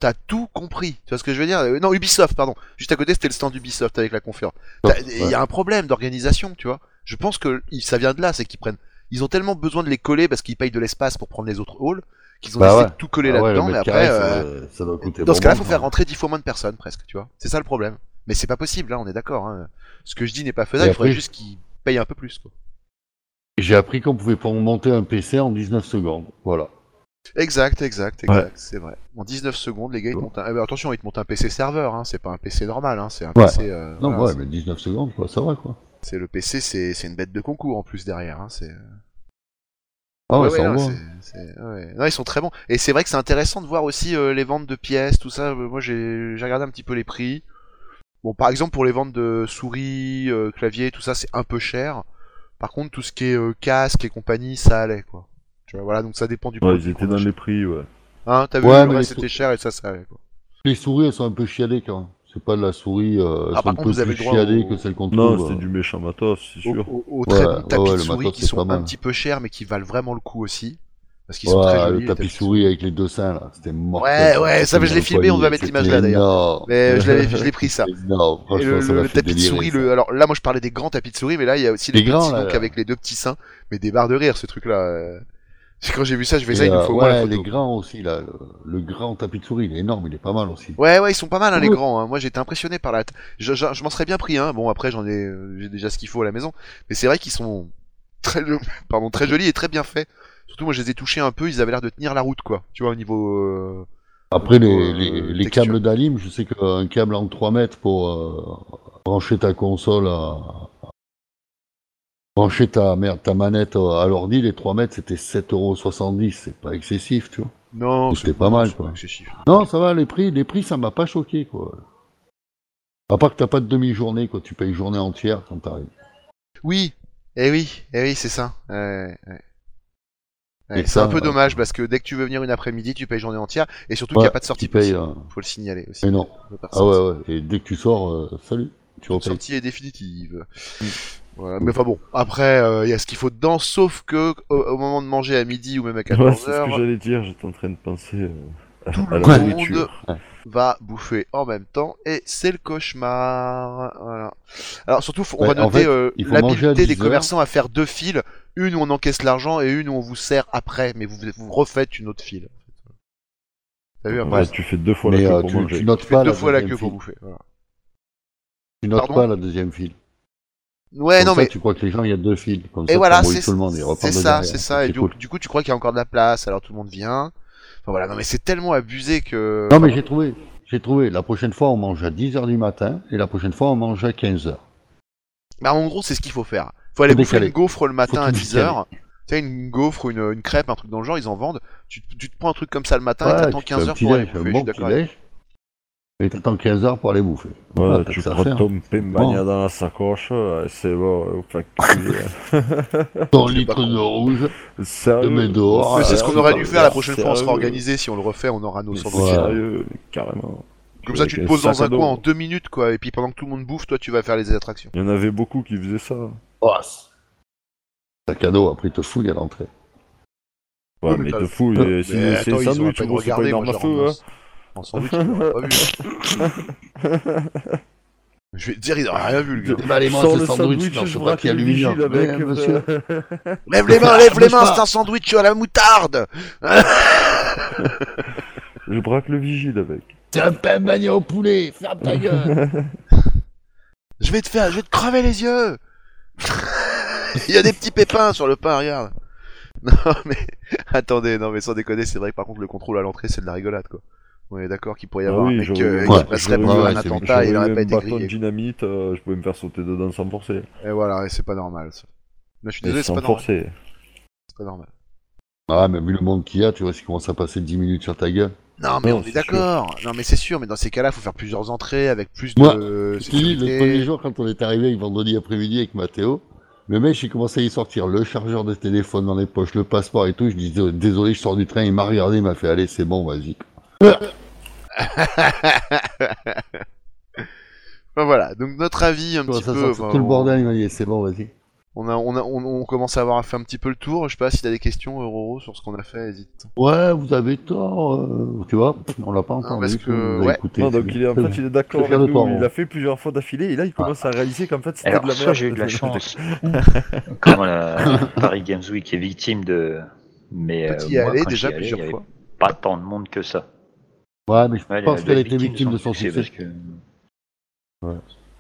S1: T'as tout compris. Tu vois ce que je veux dire Euh, Non, Ubisoft, pardon. Juste à côté, c'était le stand Ubisoft avec la conférence.
S7: Ouais.
S1: T'as- Il y a un problème d'organisation, tu vois. Je pense que il- ça vient de là, c'est qu'ils prennent. Ils ont tellement besoin de les coller parce qu'ils payent de l'espace pour prendre les autres halls qu'ils ont
S7: Bah
S1: essayé
S7: ouais.
S1: de tout coller
S7: Ah ouais, le
S1: là-dedans, mais
S7: mètre
S1: après.
S7: carré, ça,
S1: euh,
S7: ça doit coûter
S1: dans ce
S7: bon
S1: cas-là,
S7: bon,
S1: faut
S7: hein.
S1: faire rentrer dix fois moins de personnes presque, tu vois. C'est ça le problème. Mais c'est pas possible, hein, on est d'accord. hein. Ce que je dis n'est pas faisable,
S7: Et
S1: il faudrait
S7: après-
S1: juste qu'ils payent un peu plus. Quoi.
S7: J'ai appris qu'on pouvait pour monter un PC en 19 secondes. Voilà.
S1: Exact, exact, exact, c'est vrai. En 19 secondes, les gars, ils te montent un... eh ben, attention, ils te montent un PC serveur, hein, c'est pas un PC normal, hein, c'est un
S7: Ouais.
S1: PC... euh,
S7: Non,
S1: voilà,
S7: ouais,
S1: c'est-
S7: mais 19 secondes, quoi, ça va, quoi.
S1: c'est le PC, c'est c'est une bête de concours en plus derrière. Hein, c'est
S7: Ah ouais,
S1: Ouais, ouais,
S7: ça
S1: non,
S7: envoie.
S1: c'est- c'est- ouais. Non, ils sont très bons. Et c'est vrai que c'est intéressant de voir aussi euh, les ventes de pièces, tout ça. Euh, Moi, j'ai j'ai regardé un petit peu les prix. Bon, par exemple, pour les ventes de souris, euh, clavier, tout ça, c'est un peu cher. Par contre, tout ce qui est euh, casque et compagnie, ça allait, quoi. Tu vois, voilà, donc ça dépend du
S8: Ouais,
S1: produit
S8: ils étaient
S1: qu'on
S8: dans
S1: achète.
S8: les prix, ouais.
S1: Hein, t'as vu,
S7: Ouais,
S1: le
S7: mais
S1: reste,
S7: les
S1: c'était cher et ça, ça allait, quoi.
S7: Les souris, elles sont un peu chiadées, quand même. C'est pas de la souris, euh, elles
S1: Ah, par
S7: sont un
S1: contre,
S7: peu
S1: vous avez
S7: plus
S1: le droit
S7: chiadées
S1: au-
S7: que celles qu'on
S8: Non,
S1: euh,
S7: trouve. euh.
S8: c'était du méchant matos, c'est
S1: Au,
S8: sûr.
S1: au- au très
S7: Ouais,
S1: bon tapis
S7: ouais,
S1: de
S7: le
S1: souris
S7: matos,
S1: qui
S7: c'est
S1: sont
S7: pas
S1: un
S7: mal.
S1: petit peu chers mais qui valent vraiment le coup aussi. Parce qu'ils sont très jolis.
S7: le
S1: les
S7: tapis
S1: tapis-
S7: souris avec les deux seins là, c'était
S1: Ouais,
S7: mortel.
S1: ouais, ça, je l'ai filmé, on va mettre l'image là, d'ailleurs. Mais euh, je l'avais- je l'ai pris, ça.
S7: Non,
S1: Et le,
S7: franchement, ça
S1: le-
S7: m'a
S1: le
S7: fait
S1: tapis de
S7: délirer,
S1: souris,
S7: ça.
S1: le- alors là moi je parlais des grands tapis de souris, mais là il y a aussi
S7: Les
S1: les, petits
S7: grands, là,
S1: donc,
S7: là.
S1: avec les deux petits seins, mais des barres de rire ce truc là. Quand j'ai vu ça, je fais
S7: Et,
S1: ça, il nous
S7: euh,
S1: faut
S7: ouais,
S1: moi la
S7: les
S1: photo.
S7: grands aussi là, le, le grand tapis de souris, il est énorme, il est pas mal aussi.
S1: Ouais ouais ils sont pas mal hein, les
S7: Ouais.
S1: grands. hein. Moi j'étais impressionné par la. t- Je, je, je m'en serais bien pris hein. Bon après j'en ai euh, j'ai déjà ce qu'il faut à la maison, mais c'est vrai qu'ils sont très jo- pardon très jolis et très bien faits. Surtout moi je les ai touchés un peu, ils avaient l'air de tenir la route quoi. Tu vois au niveau. euh,
S7: Après
S1: Euh,
S7: les, les, les
S1: texture.
S7: câbles d'Alim, je sais qu'un câble en 3 mètres pour euh, brancher ta console à. Brancher ta merde, ta manette à l'ordi, les 3 mètres c'était 7,70€, c'est pas excessif, tu vois.
S1: Non.
S7: C'était pas mal, quoi.
S1: excessif.
S7: Non, ça va, les prix, les prix, ça m'a pas choqué, quoi. À part que t'as pas de demi-journée, quoi. Tu payes journée entière quand t'arrives.
S1: Oui, eh oui, eh oui, c'est ça. Ouais, ouais. Ouais,
S7: Et
S1: c'est
S7: ça,
S1: un peu
S7: ouais.
S1: dommage parce que dès que tu veux venir une après-midi, tu payes journée entière et surtout
S7: Ouais,
S1: qu'il n'y a pas de sortie.
S7: tu payes.
S1: possible.
S7: euh,
S1: Faut le signaler aussi.
S7: Mais non.
S1: Faut faire ça
S7: Ah ouais,
S1: aussi.
S7: ouais. Et dès que tu sors, euh, salut. Tu
S1: Une
S7: repayes.
S1: sortie est définitive.
S7: Mm.
S1: Voilà, mais enfin bon, après, euh, il y a ce qu'il faut dedans, sauf que au, au moment de manger à midi ou même à
S8: Ouais, Ah bah, c'est ce que
S1: 14h,
S8: j'allais dire, j'étais en train de penser euh, à-
S1: Tout
S8: à
S1: le
S8: la
S1: monde.
S8: nourriture.
S1: va bouffer en même temps et c'est le cauchemar. Voilà. Alors surtout, faut- on
S7: Ouais,
S1: va
S7: Bah, en
S1: noter
S7: fait,
S1: euh,
S7: il faut manger à
S1: l'habileté des
S7: 10 heures.
S1: commerçants à faire deux files, une où on encaisse l'argent et une où on vous sert après, mais vous, vous refaites une autre file. T'as vu après
S8: Ouais, tu fais deux fois
S7: Mais
S8: la
S7: euh,
S8: queue pour
S7: tu,
S8: manger.
S7: tu
S1: Tu
S7: notes
S1: fais
S7: pas
S1: deux
S7: la
S1: fois la
S7: deuxième
S1: queue pour
S7: file.
S1: bouffer. voilà.
S7: Tu notes
S1: Pardon
S7: pas la deuxième file.
S1: Ouais,
S7: Comme
S1: Eh, non
S7: ça,
S1: mais
S7: Tu crois que les gens, il y a deux files. Comme
S1: et
S7: ça,
S1: voilà,
S7: t'embrouilles
S1: c'est
S7: tout le monde. Ils
S1: c'est
S7: repartent de
S1: ça,
S7: derrière.
S1: c'est ça. Et du,
S7: cool.
S1: du coup, tu crois qu'il y a encore de la place, alors tout le monde vient. Enfin voilà, non mais c'est tellement abusé que.
S7: Non, mais j'ai trouvé. J'ai trouvé. La prochaine fois, on mange à 10h du matin. Et la prochaine fois, on mange à 15h.
S1: Bah, en gros, c'est ce qu'il faut faire. Faut aller
S7: Faut
S1: bouffer
S7: décaler.
S1: une gaufre le matin
S7: Faut
S1: à
S7: tout
S1: 10h. Tu sais, une gaufre, une, une crêpe, un truc dans le genre, ils en vendent. Tu, te- tu te prends un truc comme ça le matin et t'attends 15
S7: 15
S1: heures pour aller bouffer. je
S7: un
S1: suis
S7: bon
S1: d'accord
S7: petit
S1: avec
S7: déj. Et t'attends 15 heures pour aller bouffer.
S8: Ouais,
S7: Voilà, t'as
S8: tu
S7: que ça à
S8: prends
S7: faire.
S8: ton pain
S7: Bon.
S8: mania dans la sacoche, euh, c'est bon. euh, Enfin, que-
S7: Ton
S1: Je sais pas
S7: litre
S1: comment.
S7: de rouge.
S8: Sérieux.
S7: Te mets dehors,
S1: toi.
S7: Ouais,
S1: Mais c'est ce
S7: ouais,
S1: qu'on
S7: c'est
S1: aurait
S7: pas
S1: dû
S7: mal.
S1: faire la prochaine fois, on sera
S8: Sérieux.
S1: organisé, si on le refait, on aura nos
S8: Mais
S1: sandwichs.
S7: voilà.
S8: Sérieux, carrément.
S1: Comme ça,
S8: Avec
S1: tu te poses dans
S8: sac
S1: un
S8: à dos.
S1: coin en deux minutes, quoi, et puis pendant que tout le monde bouffe, toi, tu vas faire les attractions.
S8: Il y en avait beaucoup qui faisaient ça.
S7: Oh, c'est- sac à dos, après, il te fouille à l'entrée.
S1: Oui,
S8: Ouais,
S1: mais
S8: mais
S1: t'as-
S8: de fou,
S1: Mais
S8: il- c'est c'est
S1: Ben, attends,
S8: un
S1: ils auraient
S8: sandwich,
S1: pas dû
S8: gros, c'est pas
S1: regarder,
S8: une
S1: moi,
S8: arme à
S1: genre,
S8: feu.
S1: en-
S8: hein.
S1: En sandwich, ils l'auraient pas vu. Je vais te dire, ils n'auraient rien vu, le gars.
S7: Déballez-moi
S8: Sors
S7: ce
S8: le
S7: sandwich,
S8: sandwich,
S7: dans
S8: je
S7: ce
S8: braque
S7: papier
S8: le
S7: aluminium.
S8: vigile avec,
S7: Ouais,
S8: euh,
S7: monsieur.
S1: Lève les mains, lève les
S7: Bouge
S1: mains,
S7: pas.
S1: c'est un sandwich à la moutarde
S8: Je braque le vigile avec.
S7: C'est un pain bagné au poulet, ferme ta gueule.
S1: Je vais te faire, je vais te crever les yeux Il y a des petits pépins sur le pain, regarde Non mais, attendez, non mais sans déconner, c'est vrai que par contre le contrôle à l'entrée c'est de la rigolade quoi. On est d'accord qu'il pourrait y
S7: Bah
S8: Ah
S1: avoir
S8: oui,
S1: un mec
S8: j'aurais
S1: euh,
S8: eu-
S1: qui
S7: ouais,
S1: passerait
S7: j'aurais
S1: pour
S7: eu-
S1: un
S7: ouais, c'est-
S1: attentat et il
S8: J'aurais
S1: n'aurait
S8: eu
S1: pas
S8: un
S1: été
S8: bâton de
S1: grillé.
S8: dynamite, euh, je pouvais me faire sauter dedans sans forcer.
S1: Et voilà, et c'est pas normal ça. Là, je suis
S8: Et
S1: désolé, c'est
S8: sans
S1: pas normal.
S8: forcer.
S1: c'est pas normal.
S7: Ah, mais vu le monde qu'il y a, tu vois, s'il commence à passer 10 minutes sur ta gueule.
S1: Non mais
S8: Non,
S1: on est
S8: c'est
S1: d'accord, non mais c'est sûr, mais dans ces cas-là faut faire plusieurs entrées avec plus
S7: Moi,
S1: de...
S7: Je te dis, le
S1: sécurité.
S7: premier jour, quand on est arrivé avec vendredi après-midi avec Mathéo, le mec, il commençait à y sortir le chargeur de téléphone dans les poches, le passeport et tout. Je dis, désolé, je sors du train. Il m'a regardé, il m'a fait, allez, c'est bon, vas-y.
S1: Enfin, voilà, donc notre avis un
S7: Tu vois,
S1: petit
S7: ça
S1: peu...
S7: sort
S1: enfin,
S7: tout le
S1: on-
S7: bordel, il m'a dit, c'est bon, vas-y.
S1: On, a, on, a, on, on commence à avoir fait un petit peu le tour. Je sais pas si t'as des questions, euh, Roro, sur ce qu'on a fait, hésite.
S7: Ouais, vous avez tort, euh, tu vois, on l'a pas entendu.
S1: parce
S7: ce
S1: que-
S7: vous avez
S1: ouais.
S7: écouté,
S8: Non,
S7: c'est
S8: donc
S7: bien.
S8: il est, en
S7: C'est
S8: fait,
S7: bien.
S8: il est d'accord
S7: Je vais
S8: avec
S7: faire le
S8: nous.
S7: temps,
S8: Il
S7: hein.
S8: l'a fait plusieurs fois d'affilée et là, il commence à réaliser qu'en fait, c'était de la
S9: Ah. Alors,
S8: merde.
S9: soit j'ai eu de la chance, comme la Paris Games Week est victime de. Mais
S1: Peut
S9: euh,
S1: y
S9: moi,
S1: aller
S9: quand
S1: déjà
S9: j'y allais,
S1: plusieurs
S9: il y avait
S1: fois.
S9: Pas tant de monde que ça.
S7: Ouais, mais je
S9: Ouais, elle
S7: pense
S9: a
S7: qu'elle
S9: dû
S7: a
S9: être
S7: été victime de son succès.
S9: parce que-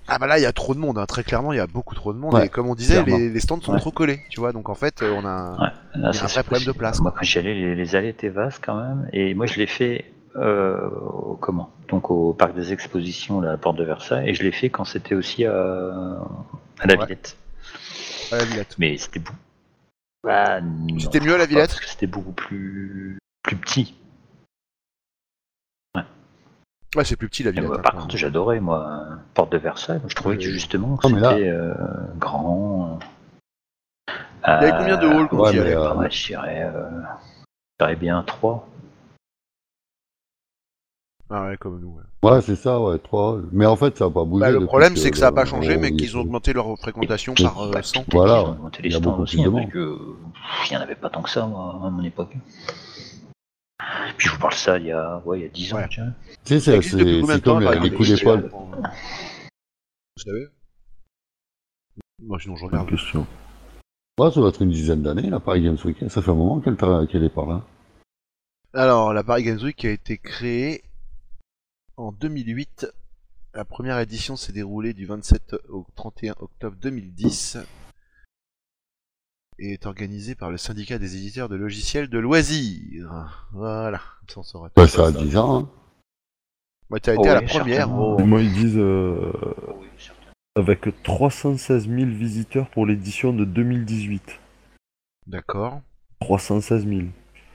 S1: Ah bah là, il y a trop de monde. Hein. Très clairement, il y a beaucoup trop de monde.
S7: Ouais,
S1: et comme on disait,
S7: clairement.
S1: les, les stands sont
S9: Ouais.
S1: trop collés, tu vois. Donc en fait, euh, on a... un-
S9: Ouais, là,
S1: Il y a
S9: Ah, ça,
S1: un vrai
S9: c'est
S1: problème de
S9: possible.
S1: place,
S9: Moi, quand j'y allais, les, les allées étaient vastes quand même. Et moi, je l'ai fait euh, au- comment Donc au parc des expositions, là, à la porte de Versailles. Et je l'ai fait quand c'était aussi à, à la
S1: Ouais.
S9: Villette.
S1: à la Villette.
S9: Mais c'était beaucoup. Bah, non,
S1: C'était mieux à la
S9: pas,
S1: Villette
S9: parce que C'était beaucoup plus plus petit.
S1: Ouais, c'est plus petit, la
S9: Et
S1: Villette.
S9: moi,
S1: hein,
S9: euh, par
S1: quand
S9: contre, j'adorais moi porte de Versailles. Moi, je trouvais
S1: Oui.
S9: que justement que
S7: Non, mais là-
S9: c'était euh, grand.
S1: Il y avait combien de halls quand
S7: ouais,
S1: tu y
S7: mais,
S1: allais
S7: euh,
S9: Ah ouais, je dirais, euh, je dirais bien 3.
S1: Ah ouais, comme nous. ouais.
S7: Ouais, c'est ça, ouais, 3. Mais en fait, ça n'a pas bougé.
S1: Bah, le
S7: depuis
S1: problème, c'est que ça n'a pas
S7: le-
S1: changé, mais
S7: on-
S1: qu'ils ont augmenté leur fréquentation
S7: Et-
S1: par euh, 100.
S7: Voilà,
S9: Ils ont
S7: ouais.
S9: augmenté
S7: Il y
S9: les
S7: a
S9: stands
S7: beaucoup
S9: aussi,
S7: plus de
S9: hein, parce
S7: monde.
S9: que, pff, il n'y en avait pas tant que ça, moi, à mon époque. Puis je vous parle ça il y a, ouais, il y a 10 ans,
S1: Ouais.
S9: tu vois.
S7: Tu sais,
S1: Ça
S7: c'est-
S1: existe depuis
S7: c'est
S1: combien de
S7: c'est
S1: temps
S7: comme
S1: par
S7: les, les
S1: exemple,
S7: coups
S1: les
S7: d'épaule.
S1: Vous savez Moi, sinon, je regarde.
S8: question.
S7: Ouais, ça doit être une dizaine d'années, là, Paris Games Week. Ça fait un moment qu'elle tra- qu'elle est par là.
S1: Alors, la Paris Games Week a été créée en 2008. La première édition s'est déroulée du 27 au 31 octobre 2010 et est organisée par le syndicat des éditeurs de logiciels de loisirs. Voilà, comme ça on saura tout.
S7: Ouais, ça a 10 ans, hein.
S1: Bah, t'as été à la
S9: Ouais,
S1: première, Oh.
S9: certainement.
S1: gros.
S8: Moi, ils disent euh,
S7: Ah
S9: Oui, certainement.
S8: avec 316 000 visiteurs pour l'édition de 2018.
S1: D'accord.
S8: 316 000.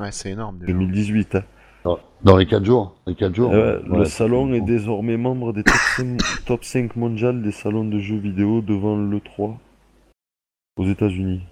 S1: Ouais, c'est énorme déjà.
S8: 2018. hein.
S7: Dans- Dans les 4 jours. Les 4 jours.
S8: Euh, le
S7: Ouais,
S8: salon
S7: c'est-
S8: est désormais membre des top 5, top 5 mondial des salons de jeux vidéo devant l'E3 aux États-Unis.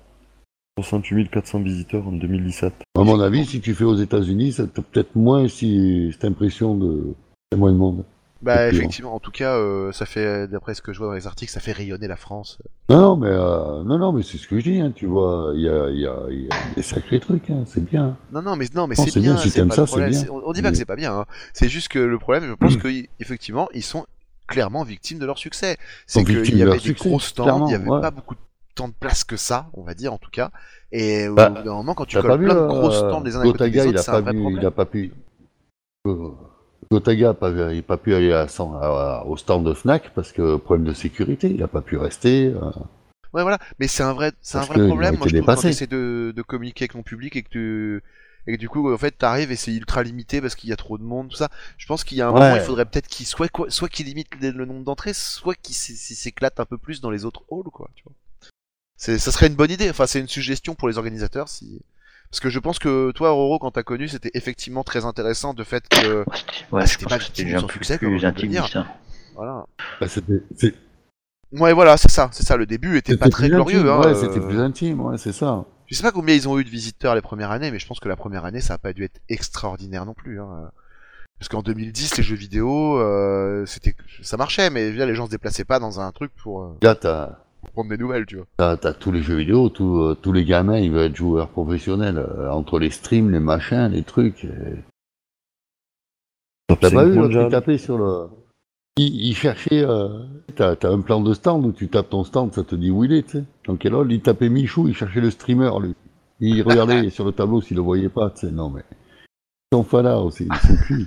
S8: 68 400 visiteurs en 2017.
S7: À mon avis, si tu fais aux États-Unis, ça t'a peut-être moins si... cette impression de. C'est moins de monde.
S1: Bah
S7: Effectivement.
S1: effectivement, en tout cas, euh, ça fait, d'après ce que je vois dans les articles, ça fait rayonner la France.
S7: Non, non, mais, euh, non, non, mais c'est ce que je dis, hein, tu vois. Il y a, il y, a, il y a des sacrés trucs, hein, c'est bien.
S1: Non, non, mais non, mais
S7: Non,
S1: c'est
S7: c'est
S1: bien.
S7: bien, si
S1: c'est
S7: t'aimes
S1: pas
S7: ça,
S1: le
S7: c'est
S1: problème.
S7: bien.
S1: C'est- On, on dit pas que
S7: Mais- Mm.
S1: c'est pas bien. hein. C'est juste que le problème, je pense que i- effectivement, ils sont clairement victimes de leur succès. C'est
S7: sont victimes
S1: qu'il y
S7: de
S1: avait des
S7: leur succès,
S1: gros stands,
S7: clairement,
S1: il y avait
S7: ouais.
S1: pas beaucoup de temps de place que ça, on va dire en tout cas. Et au
S7: Bah,
S1: bout d'un moment, quand tu
S7: T'as
S1: colles
S7: pas vu,
S1: plein de
S7: euh,
S1: gros stands les uns à côté
S7: Gotaga,
S1: des
S7: il
S1: autres,
S7: a
S1: c'est un
S7: pas
S1: vrai
S7: vu, il
S1: problème.
S7: a pas pu. Euh, Gotaga a pas, il a pas pu aller à, cent- à- au stand de Fnac parce que problème de sécurité, il a pas pu rester. euh,
S1: Ouais, voilà. Mais c'est un vrai, c'est un
S7: Parce
S1: vrai
S7: qu'ils ont
S1: problème. Moi,
S7: été
S1: je trouve quand
S7: dépassés.
S1: t'essaies de, de communiquer avec ton public et que tu et que du coup, en fait, t'arrives et c'est ultra limité parce qu'il y a trop de monde, tout ça. Je pense qu'il y a un
S7: Ouais.
S1: moment, il faudrait peut-être qu'ils soit quoi, soit qu'ils limitent le le nombre d'entrées, soit qu'ils s'é- s'é- s'éclatent un peu plus dans les autres halls, quoi. Tu vois. C'est, ça serait une bonne idée. Enfin, c'est une suggestion pour les organisateurs, si. Parce que je pense que toi, Roro, quand t'as connu, c'était effectivement très intéressant de fait que
S9: Ouais, c'était- ouais,
S1: Ah,
S9: je
S1: c'était
S9: pense
S1: pas
S9: que
S1: victime
S9: c'était
S1: de
S9: déjà
S1: son
S9: un
S1: succès,
S9: succès,
S1: comme on
S9: plus
S1: peut le dire.
S9: intimiste. hein.
S1: voilà.
S7: bah, c'était- c'est-
S1: Ouais, voilà, c'est ça, c'est ça. Le début était
S7: c'était
S1: pas très
S7: plus
S1: glorieux.
S7: intime,
S1: hein,
S7: ouais,
S1: euh,
S7: c'était plus intime, ouais, c'est ça.
S1: Je sais pas combien ils ont eu de visiteurs les premières années, mais je pense que la première année, ça a pas dû être extraordinaire non plus. hein. Parce qu'en 2010, les jeux vidéo, euh, c'était, ça marchait, mais je veux dire, les gens se déplaçaient pas dans un truc pour, euh,
S7: Là, t'as
S1: pour prendre des nouvelles, tu vois.
S7: t'as- t'as tous les jeux vidéo, tous, euh, tous les gamins, ils veulent être joueurs professionnels euh, entre les streams, les machins, les trucs. euh,
S8: Top
S7: T'as
S8: 5
S7: pas vu l'autre qui
S8: mondial.
S7: tapait sur le. Il, il cherchait. euh, T'as t'as un plan de stand où tu tapes ton stand, ça te dit où il est, tu sais. Dans quel hall Il tapait Michou, il cherchait le streamer, lui. Il regardait sur le tableau s'il le voyait pas, tu sais. Non, mais. Ils sont falards aussi, ils sont cuits.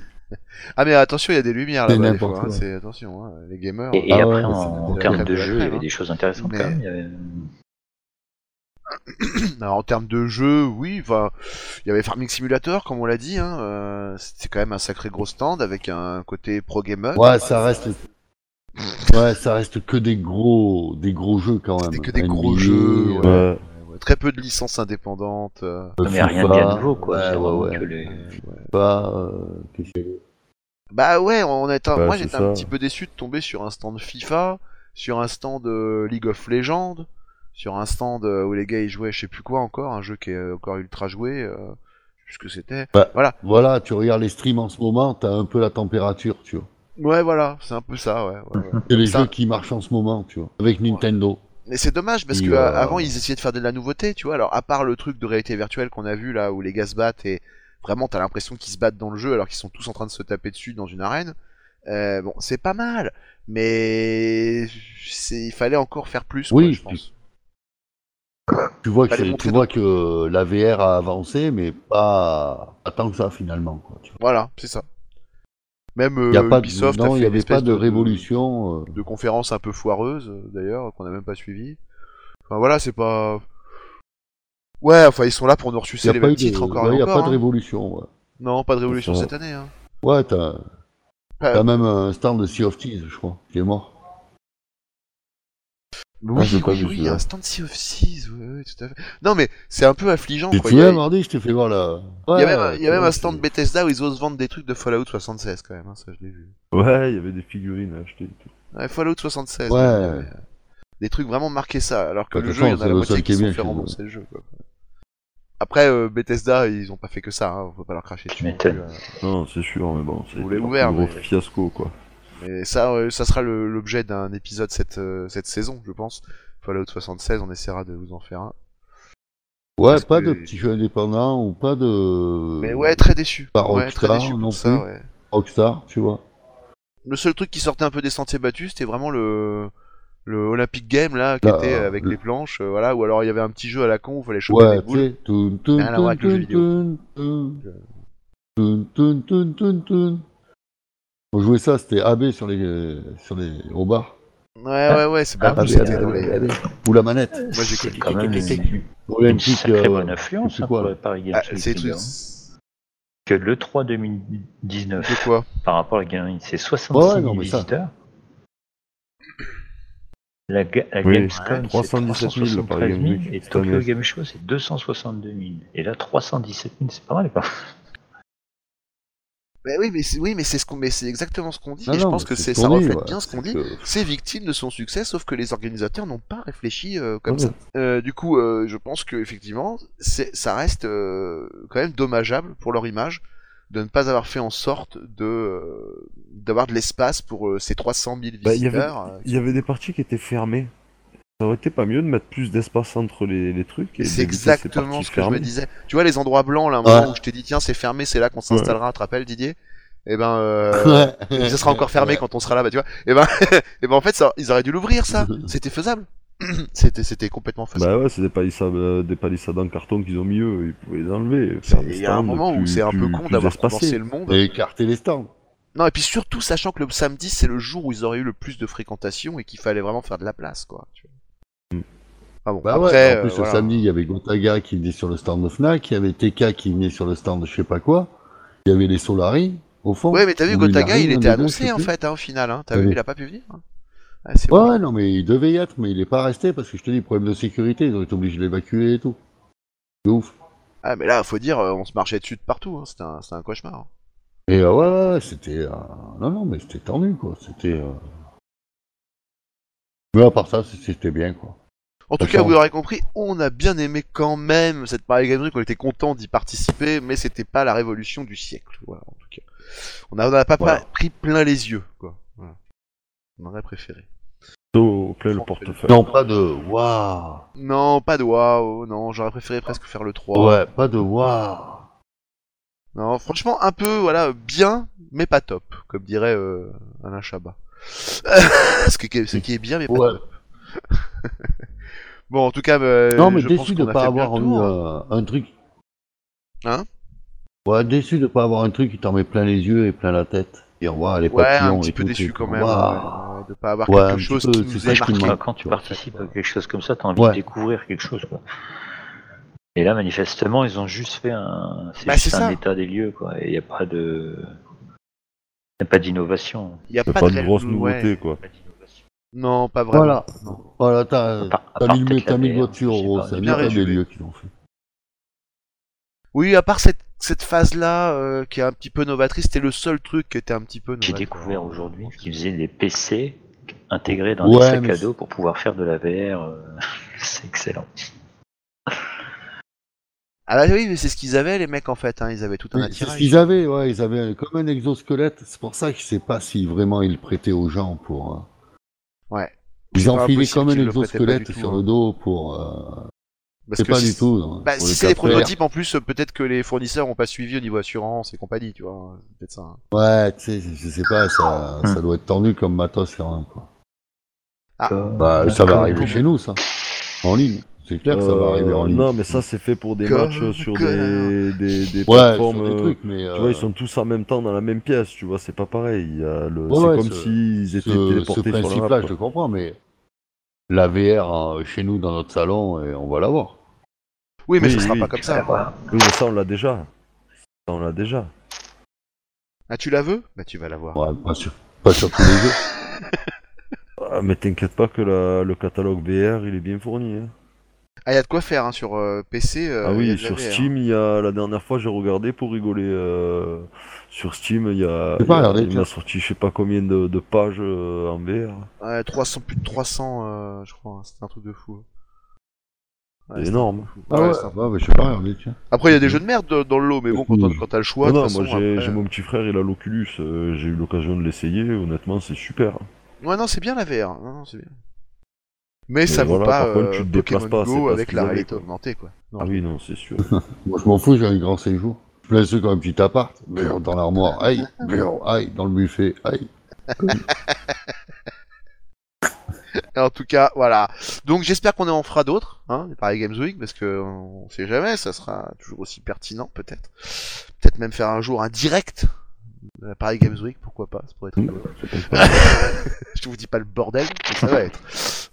S1: Ah mais attention, il y a des lumières
S7: C'est
S1: là-bas des
S7: n'importe
S1: fois. hein,
S7: quoi.
S1: c'est attention, hein, les gamers.
S9: Et, et
S7: Ah
S9: après,
S7: ouais,
S9: en,
S7: c'est
S9: en
S7: la
S9: termes
S1: crème
S9: de
S1: de la
S9: jeu, il y
S7: hein.
S9: avait
S1: crème,
S9: des choses intéressantes
S1: Mais-
S9: quand même. il y avait-
S1: Alors, en termes de jeu, oui, enfin, il y avait Farming Simulator, comme on l'a dit. Hein, euh, c'était quand même un sacré gros stand avec un côté pro gamer.
S7: Ouais, ça reste. Ouais, ça reste que des gros, des gros jeux quand même.
S1: C'était que des
S7: NBA,
S1: gros jeux, ouais.
S7: euh,
S8: Ouais.
S1: Ouais, Très peu de licences indépendantes. euh,
S9: Non, mais rien de
S7: FIFA,
S9: bien nouveau, quoi.
S7: ouais,
S9: c'est
S7: ouais,
S9: vraiment
S7: ouais.
S9: que les-
S7: Pas, euh, qu'est-ce qu'il y a
S1: Bah ouais, on est un-
S8: Bah,
S1: moi
S8: c'est
S1: j'étais
S8: ça.
S1: un petit peu déçu de tomber sur un stand FIFA, sur un stand euh, League of Legends, sur un stand euh, où les gars ils jouaient je sais plus quoi encore, un jeu qui est encore ultra joué, euh, je sais plus ce que c'était.
S8: Bah.
S7: Voilà, tu regardes les streams en ce moment, t'as un peu la température, tu vois.
S1: Ouais voilà, c'est un peu ça, ouais. ouais, ouais.
S7: C'est les
S1: Ça-
S7: jeux qui marchent en ce moment, tu vois. Avec Nintendo.
S1: Mais c'est dommage parce
S7: Il
S1: que
S7: y a-
S1: euh, avant ils essayaient de faire de la nouveauté, tu vois. Alors à part le truc de réalité virtuelle qu'on a vu là où les gars se battent et vraiment t'as l'impression qu'ils se battent dans le jeu alors qu'ils sont tous en train de se taper dessus dans une arène. Euh, bon, c'est pas mal, mais c'est- il fallait encore faire plus. quoi,
S7: Oui,
S1: je pense.
S7: Tu vois que,
S1: Fallait
S7: c'est-
S1: montrer
S7: tu vois que euh, la VR a avancé, mais pas, pas tant que ça finalement. Quoi, tu vois.
S1: Voilà, c'est ça. Même euh,
S7: Y a pas de-
S1: Ubisoft a
S7: non,
S1: fait
S7: il n'y
S1: une
S7: avait
S1: espèce
S7: pas de, révolution. euh,
S1: De, conférence un peu foireuse, euh, d'ailleurs, qu'on n'a même pas suivi. Enfin voilà, c'est pas. Ouais, enfin ils sont là pour nous
S7: y
S1: ressucer
S7: a
S1: les
S7: pas
S1: mêmes
S7: eu de-
S1: titres encore
S7: ouais,
S1: et
S7: y a
S1: encore.
S7: pas de
S1: hein.
S7: révolution. Ouais,
S1: Non, pas de révolution
S8: Ça va.
S1: cette année. Hein.
S7: ouais t'as
S1: Euh,
S7: t'as même un stand de Sea of Thieves, je crois, qui est mort.
S1: Oui,
S8: je l'ai pas
S1: oui,
S8: vu,
S1: oui,
S7: hein.
S8: celui-là.
S1: un stand Sea of Seas, ouais, ouais, tout à fait. Non mais c'est un peu affligeant.
S7: Tu te
S1: quoi. Il y a,
S7: souviens, mardi, je t'ai fait voir la.
S1: il
S7: Ouais,
S1: y a même, un- il y a
S7: hein. ouais,
S1: même un
S7: c'est-
S1: stand Bethesda où ils osent vendre des trucs de Fallout 76 quand même. hein, ça, je l'ai vu.
S8: Ouais, il y avait des figurines à acheter. et tout.
S1: Ouais, Fallout 76.
S7: Ouais.
S1: euh, Des trucs vraiment marqués ça, alors que
S7: Bah,
S1: le
S7: de
S1: jeu, il y en
S7: toute
S1: a la
S7: façon, c'est
S1: moitié
S7: le
S1: qui se
S7: seul qui est
S1: sont
S7: bien,
S1: fait
S7: chez eux.
S1: rembourser le jeu. Quoi. Après, euh, Bethesda, ils ont pas fait que ça, hein, on peut pas leur cracher dessus.
S9: Tu
S1: non
S9: m'étonnes.
S1: plus, euh.
S8: Non, c'est sûr, mais bon, c'est
S1: Vous l'avez
S8: un
S1: ouvert,
S8: gros
S1: mais-
S8: fiasco, quoi.
S1: Mais ça, euh, ça sera le- l'objet d'un épisode cette, euh, cette saison, je pense. Fallout 76, on essaiera de vous en faire un.
S7: Ouais,
S1: Parce
S7: pas
S1: que-
S7: de petits jeux indépendants ou pas de.
S1: Mais ouais, très déçu.
S7: Euh, Pas
S1: ouais, très
S7: Rockstar
S1: déçu pour
S7: non
S1: ça,
S7: plus.
S1: ouais.
S7: Rockstar, tu vois.
S1: Le seul truc qui sortait un peu des sentiers battus, c'était vraiment le le Olympic Game là, qui
S7: Là,
S1: était
S7: euh,
S1: avec
S7: le-
S1: les planches, euh, voilà. Ou alors il y avait un petit jeu à la con où fallait choper
S7: Ouais,
S1: des
S7: tu
S1: boules.
S7: sais. toun, toun,
S1: Rien à voir avec le jeu
S7: toun, toun, toun, toun, toun, toun, toun. On jouait ça, c'était AB sur les, sur les robards.
S1: Ouais, ouais, ouais, c'est
S9: Ah,
S1: pas
S9: bah,
S1: plus, c'était
S9: bah,
S1: dans
S9: bah,
S1: les-
S7: AB. Ou la manette.
S1: Moi, j'ai
S9: C'est
S1: connu
S9: quand
S1: quelques
S9: même
S1: PC.
S9: une, une
S7: Olympique.
S9: sacrée
S7: euh,
S9: bonne
S7: je
S9: influence
S7: sais
S9: hein,
S7: quoi.
S9: pour le Paris Games
S1: Ah,
S9: Week,
S1: c'est
S9: les
S1: les trucs.
S9: gars. Que le 3 2019,
S1: De quoi
S9: par rapport à la Gaming, c'est 66
S7: Ouais, non, mais ça.
S9: visiteurs. La, ga- la
S8: Oui,
S9: Gamescom, c'est
S8: 317 000, le Paris
S9: 373
S8: Games Week,
S9: 000, et
S8: cette
S9: Tokyo
S8: année.
S9: Game Show, c'est 262 000. Et là, 317 000, c'est pas mal, quoi.
S1: Mais oui, mais c'est oui, mais c'est ce qu'on, mais c'est exactement ce qu'on dit.
S7: Non,
S1: et je
S7: non,
S1: pense que
S7: c'est
S1: c'est
S7: ce
S1: ça
S7: qu'on dit,
S1: reflète
S7: ouais. Euh,
S1: bien ce qu'on
S7: C'est
S1: dit.
S7: que-
S1: C'est victime de son succès, sauf que les organisateurs n'ont pas réfléchi euh, comme ça. Euh, du coup, euh, je pense que effectivement, c'est, ça reste euh, quand même dommageable pour leur image de ne pas avoir fait en sorte de euh, d'avoir de l'espace pour euh, ces 300 000
S8: Bah, il y avait-
S1: visiteurs. euh,
S8: Il y avait des parties qui étaient fermées. Ça aurait été pas mieux de mettre plus d'espace entre les, les trucs. et
S1: C'est
S8: d'éviter ces
S1: exactement
S8: parties
S1: ce que je me
S8: fermées.
S1: disais. Tu vois les endroits blancs là, un moment
S7: Ouais.
S1: où je t'ai dit tiens c'est fermé, c'est là qu'on s'installera, tu te rappelles Didier Eh ben euh,
S7: Ouais.
S1: ça sera encore fermé quand on sera là, bah tu vois. Et ben, et ben en fait, ça, ils auraient dû l'ouvrir, ça. C'était faisable. c'était, c'était complètement faisable.
S8: Bah ouais, c'est des palissades, euh, des palissades en carton qu'ils ont mis eux, ils pouvaient les enlever.
S1: C'est-
S7: Bah,
S8: faire des
S1: Il y a un
S8: stands
S1: moment où
S8: plus-
S1: c'est un peu
S8: plus-
S1: con
S8: plus
S1: d'avoir
S8: espacés.
S1: condensé le monde.
S7: Et écarter les stands.
S1: Non, et puis surtout, sachant que le samedi, c'est le jour où ils auraient eu le plus de fréquentation et qu'il fallait vraiment faire de la place, quoi. tu vois.
S8: Mm.
S1: Ah bon,
S7: Bah
S1: après,
S7: ouais, en plus
S1: euh,
S7: le
S1: voilà.
S7: samedi, il y avait Gotaga qui venait sur le stand de Fnac, il y avait TK qui venait sur le stand de je sais pas quoi, il y avait les Solari, au fond.
S1: Ouais, mais t'as vu,
S7: Ou
S1: Gotaga,
S7: Inari,
S1: il
S7: un des
S1: était
S7: deux,
S1: annoncé,
S7: je sais
S1: en
S7: plus.
S1: fait, hein, au final. Hein. T'as
S7: Oui.
S1: vu, il a pas pu venir. hein. Ouais, c'est
S7: Ouais,
S1: vrai.
S7: ouais, non, mais il devait y être, mais il est pas resté parce que je te dis, problème de sécurité, ils ont été obligés de l'évacuer et tout. De ouf.
S1: Ah, mais là, faut dire, euh, on se marchait dessus de partout. Hein. C'était, un, c'était un cauchemar. hein.
S7: Et euh, ouais, ouais, ouais, c'était. euh, Non, non, mais c'était tendu, quoi. C'était. euh, Mais à part ça, c- c'était bien, quoi.
S1: En tout
S7: Ça
S1: cas,
S7: change.
S1: vous l'aurez compris, on a bien aimé quand même cette Paris Games Week, on était content d'y participer, mais c'était pas la révolution du siècle. Voilà, en tout cas. On n'en a pas
S8: Voilà.
S1: pas pris plein les yeux, quoi. Voilà. On en a préféré.
S8: Au clé, le portefeuille.
S7: Non, pas de. Waouh
S1: Non, pas de waouh, non, j'aurais préféré presque faire le 3.
S7: Ouais, pas de waouh
S1: Non, franchement, un peu, voilà, bien, mais pas top, comme dirait euh, Alain Chabat. ce, qui, ce qui est bien, mais pas
S7: Ouais.
S1: top. Bon, en tout cas, euh,
S7: Non, mais
S1: je pense
S7: déçu de
S1: qu'on a
S7: pas
S1: fait bien
S7: avoir
S1: le
S7: eu
S1: tour.
S7: euh, un truc.
S1: Hein
S7: Ouais, déçu de pas avoir un truc qui t'en met plein les yeux et plein la tête. Et waouh, les
S1: Ouais,
S7: papillons
S1: un petit
S7: et
S1: peu
S7: tout,
S1: déçu
S7: c'est-
S1: quand même,
S7: waouh.
S1: ouais, ouais, de pas avoir
S7: Ouais, un
S1: quelque
S7: petit
S1: chose
S7: peu,
S1: qui
S7: c'est
S1: nous
S7: ça
S1: ait
S7: qui
S1: marqué.
S7: me manque.
S9: Enfin, quand tu participes à quelque chose comme ça, t'as envie
S7: Ouais.
S9: de découvrir quelque chose, quoi. Et là, manifestement, ils ont juste fait un, c'est
S1: Bah,
S9: juste
S1: c'est
S9: un
S1: ça.
S9: état des lieux, quoi. Et il n'y a pas de, y a pas d'innovation.
S1: Il n'y a
S8: C'est
S1: pas,
S8: pas,
S1: de
S8: de
S1: réel-
S8: grosse
S1: ouais.
S8: nouveauté, quoi.
S9: Pas d'innovation.
S1: Non, pas vraiment.
S7: Voilà, voilà, t'as
S9: À part- à
S7: t'as
S9: part
S7: mis le-
S9: peut-être
S7: t'as
S9: la
S7: mis le
S9: VR,
S7: voiture,
S9: je sais
S7: gros,
S9: pas,
S7: c'est
S1: mais
S7: bien
S1: bien
S7: des
S1: résumé.
S7: lieux qui l'ont fait.
S1: Oui, à part cette, cette phase-là euh, qui est un petit peu novatrice, c'était le seul truc qui était un petit peu novateur.
S9: J'ai découvert aujourd'hui qu'ils faisaient des PC intégrés dans
S7: Ouais,
S9: des sacs
S7: mais
S9: à
S7: c'est-
S9: dos pour pouvoir faire de la VR. euh, c'est excellent.
S1: Ah bah oui, mais c'est ce qu'ils avaient les mecs en fait, hein. ils avaient tout un
S7: Mais C'est ce
S1: attirage.
S7: qu'ils avaient, ouais, ils avaient un- comme un exosquelette. C'est pour ça que je sais pas si vraiment ils le prêtaient aux gens pour. euh,
S1: Ouais. C'est
S7: Ils
S1: pas
S7: enfilaient
S1: impossible
S7: comme un
S1: qu'ils le prêtaient pas du
S7: exosquelette
S1: tout,
S7: sur
S1: hein.
S7: le dos pour. euh,
S1: Parce
S7: C'est
S1: que
S7: pas
S1: si-
S7: du tout. hein,
S1: Bah,
S7: pour
S1: si
S7: les
S1: c'est des
S7: faire faire.
S1: prototypes en plus, euh, peut-être que les fournisseurs n'ont pas suivi au niveau assurance et compagnie, tu vois. c'est Peut-être ça. hein.
S7: Ouais, tu sais, je je sais pas, ça,
S9: Hmm.
S7: ça doit être tendu comme matos quand même. Quoi.
S9: Comme-
S7: Bah, ça va
S9: comme-
S7: arriver chez nous, ça. En ligne. C'est clair que ça va
S8: Euh,
S7: arriver en ligne.
S8: Non, mais ça, c'est fait pour des
S1: Comme
S8: matchs sur
S1: connard.
S8: des, des, des
S7: ouais,
S8: plateformes.
S7: sur des
S8: euh,
S7: trucs, mais.
S8: Tu
S7: euh,
S8: vois, ils sont tous en même temps dans la même pièce, tu vois, c'est pas pareil. Il y a le...
S7: Ouais,
S8: c'est
S7: ouais,
S8: comme
S7: ce-
S8: s'ils étaient
S7: ce, ce
S8: téléportés sur la
S7: principe-là, je le comprends, mais. La VR hein, chez nous dans notre salon, et on va l'avoir.
S1: Oui, mais
S8: Oui,
S1: ce sera
S8: oui.
S1: pas comme
S9: Ça
S1: ça.
S9: va.
S8: Oui, mais ça, on l'a déjà. Ça, on l'a déjà.
S1: Ah, tu la veux Bah, tu vas la voir.
S7: Ouais, pas sur, pas sur tous les jeux.
S8: Ah, mais t'inquiète pas que la- le catalogue VR, il est bien fourni. hein.
S1: Ah, il y a de quoi faire hein, sur euh, PC. euh,
S8: ah
S1: y a
S8: oui,
S1: de la
S8: sur
S1: VR.
S8: Steam, il y a la dernière fois, j'ai regardé pour rigoler. euh, Sur Steam, il y a,
S7: J'ai pas
S8: il y a-
S7: regardé,
S8: il
S7: tiens.
S8: m'a sorti je sais pas combien de, de pages euh, en VR.
S1: Ouais, 300, plus de 300, euh, je crois. hein, C'était un truc de fou. Ouais,
S8: énorme. Mm.
S7: Ah
S1: Ouais,
S7: ouais,
S1: c'est
S7: bah, bah, je sais pas regardez, tiens.
S1: Après, il y a des jeux de merde euh, dans le lot, mais bon, quand t'as- quand t'as le choix, de
S8: non,
S1: toute
S8: non,
S1: façon,
S8: moi j'ai
S1: après, euh,
S8: j'ai mon petit frère, il a l'Oculus, euh, j'ai eu l'occasion de l'essayer, honnêtement c'est super.
S1: Ouais, non, c'est bien la VR. Non, non, c'est bien. Mais ça vaut
S8: voilà,
S1: pas
S8: par contre, tu te
S1: euh,
S8: déplaces
S1: Pokémon
S8: pas, c'est
S1: Go
S8: pas
S1: avec
S8: ce
S1: la
S8: qu'ils
S1: réalité
S8: avaient, quoi.
S1: augmentée, quoi.
S8: Ah oui, non, c'est sûr.
S7: Moi, je m'en fous, j'ai un grand séjour. Je laisse comme un petit appart. Brrr, Dans l'armoire, aïe, brrr, aïe, dans le buffet, aïe.
S1: En tout cas, voilà. Donc j'espère qu'on en fera d'autres, hein, pareil Games Week, parce que on sait jamais, ça sera toujours aussi pertinent, peut-être. Peut-être même faire un jour un direct de la Paris Games Week, pourquoi pas, ça pourrait
S8: Mm.
S1: être rigolo. Je vous dis pas le bordel, mais ça va être.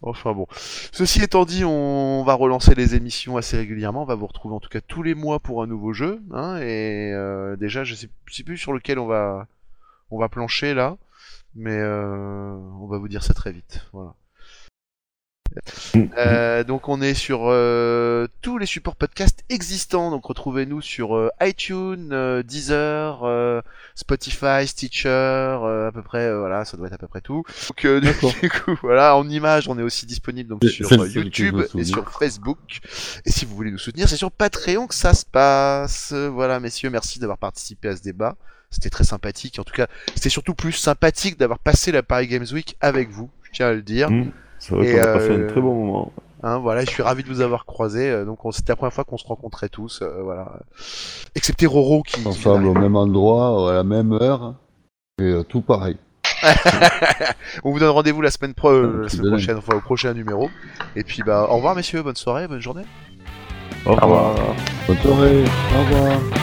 S1: Enfin bon. Ceci étant dit, on va relancer les émissions assez régulièrement. On va vous retrouver en tout cas tous les mois pour un nouveau jeu. hein, et euh, déjà, je sais, je sais plus sur lequel on va, on va plancher là. Mais euh, on va vous dire ça très vite. Voilà.
S7: Mm-hmm.
S1: Euh, donc on est sur euh, tous les supports podcast existants. Donc retrouvez-nous sur euh, iTunes, euh, Deezer, euh, Spotify, Stitcher, euh, à peu près. euh, voilà, ça doit être à peu près tout. Donc euh, du,
S7: D'accord.
S1: du coup, voilà, en image, on est aussi disponible donc
S7: C'est-
S1: sur
S7: c'est
S1: euh,
S7: le seul que je
S1: YouTube
S7: me
S1: et
S7: souviens.
S1: sur Facebook. Et si vous voulez nous soutenir, c'est sur Patreon que ça se passe. Voilà, messieurs, merci d'avoir participé à ce débat. C'était très sympathique. En tout cas, c'était surtout plus sympathique d'avoir passé la Paris Games Week avec vous. Je tiens à le dire.
S8: Mm. C'est vrai
S1: Et,
S8: qu'on a passé
S1: euh,
S8: un très bon moment.
S1: Hein, voilà, je suis ravi de vous avoir croisé. euh, Donc, on- c'était la première fois qu'on se rencontrait tous. euh, voilà, excepté Roro qui. qui
S7: Ensemble, au
S1: n'arrive
S7: même endroit, à la même heure. Et euh, tout pareil.
S1: pas. on vous donne rendez-vous la semaine, pro- euh,
S7: Ah,
S1: la
S7: tu
S1: semaine
S7: donnes.
S1: prochaine, enfin au prochain numéro. Et puis, bah, au revoir, messieurs. Bonne soirée, bonne journée.
S8: Au revoir.
S7: Bonne soirée, au revoir.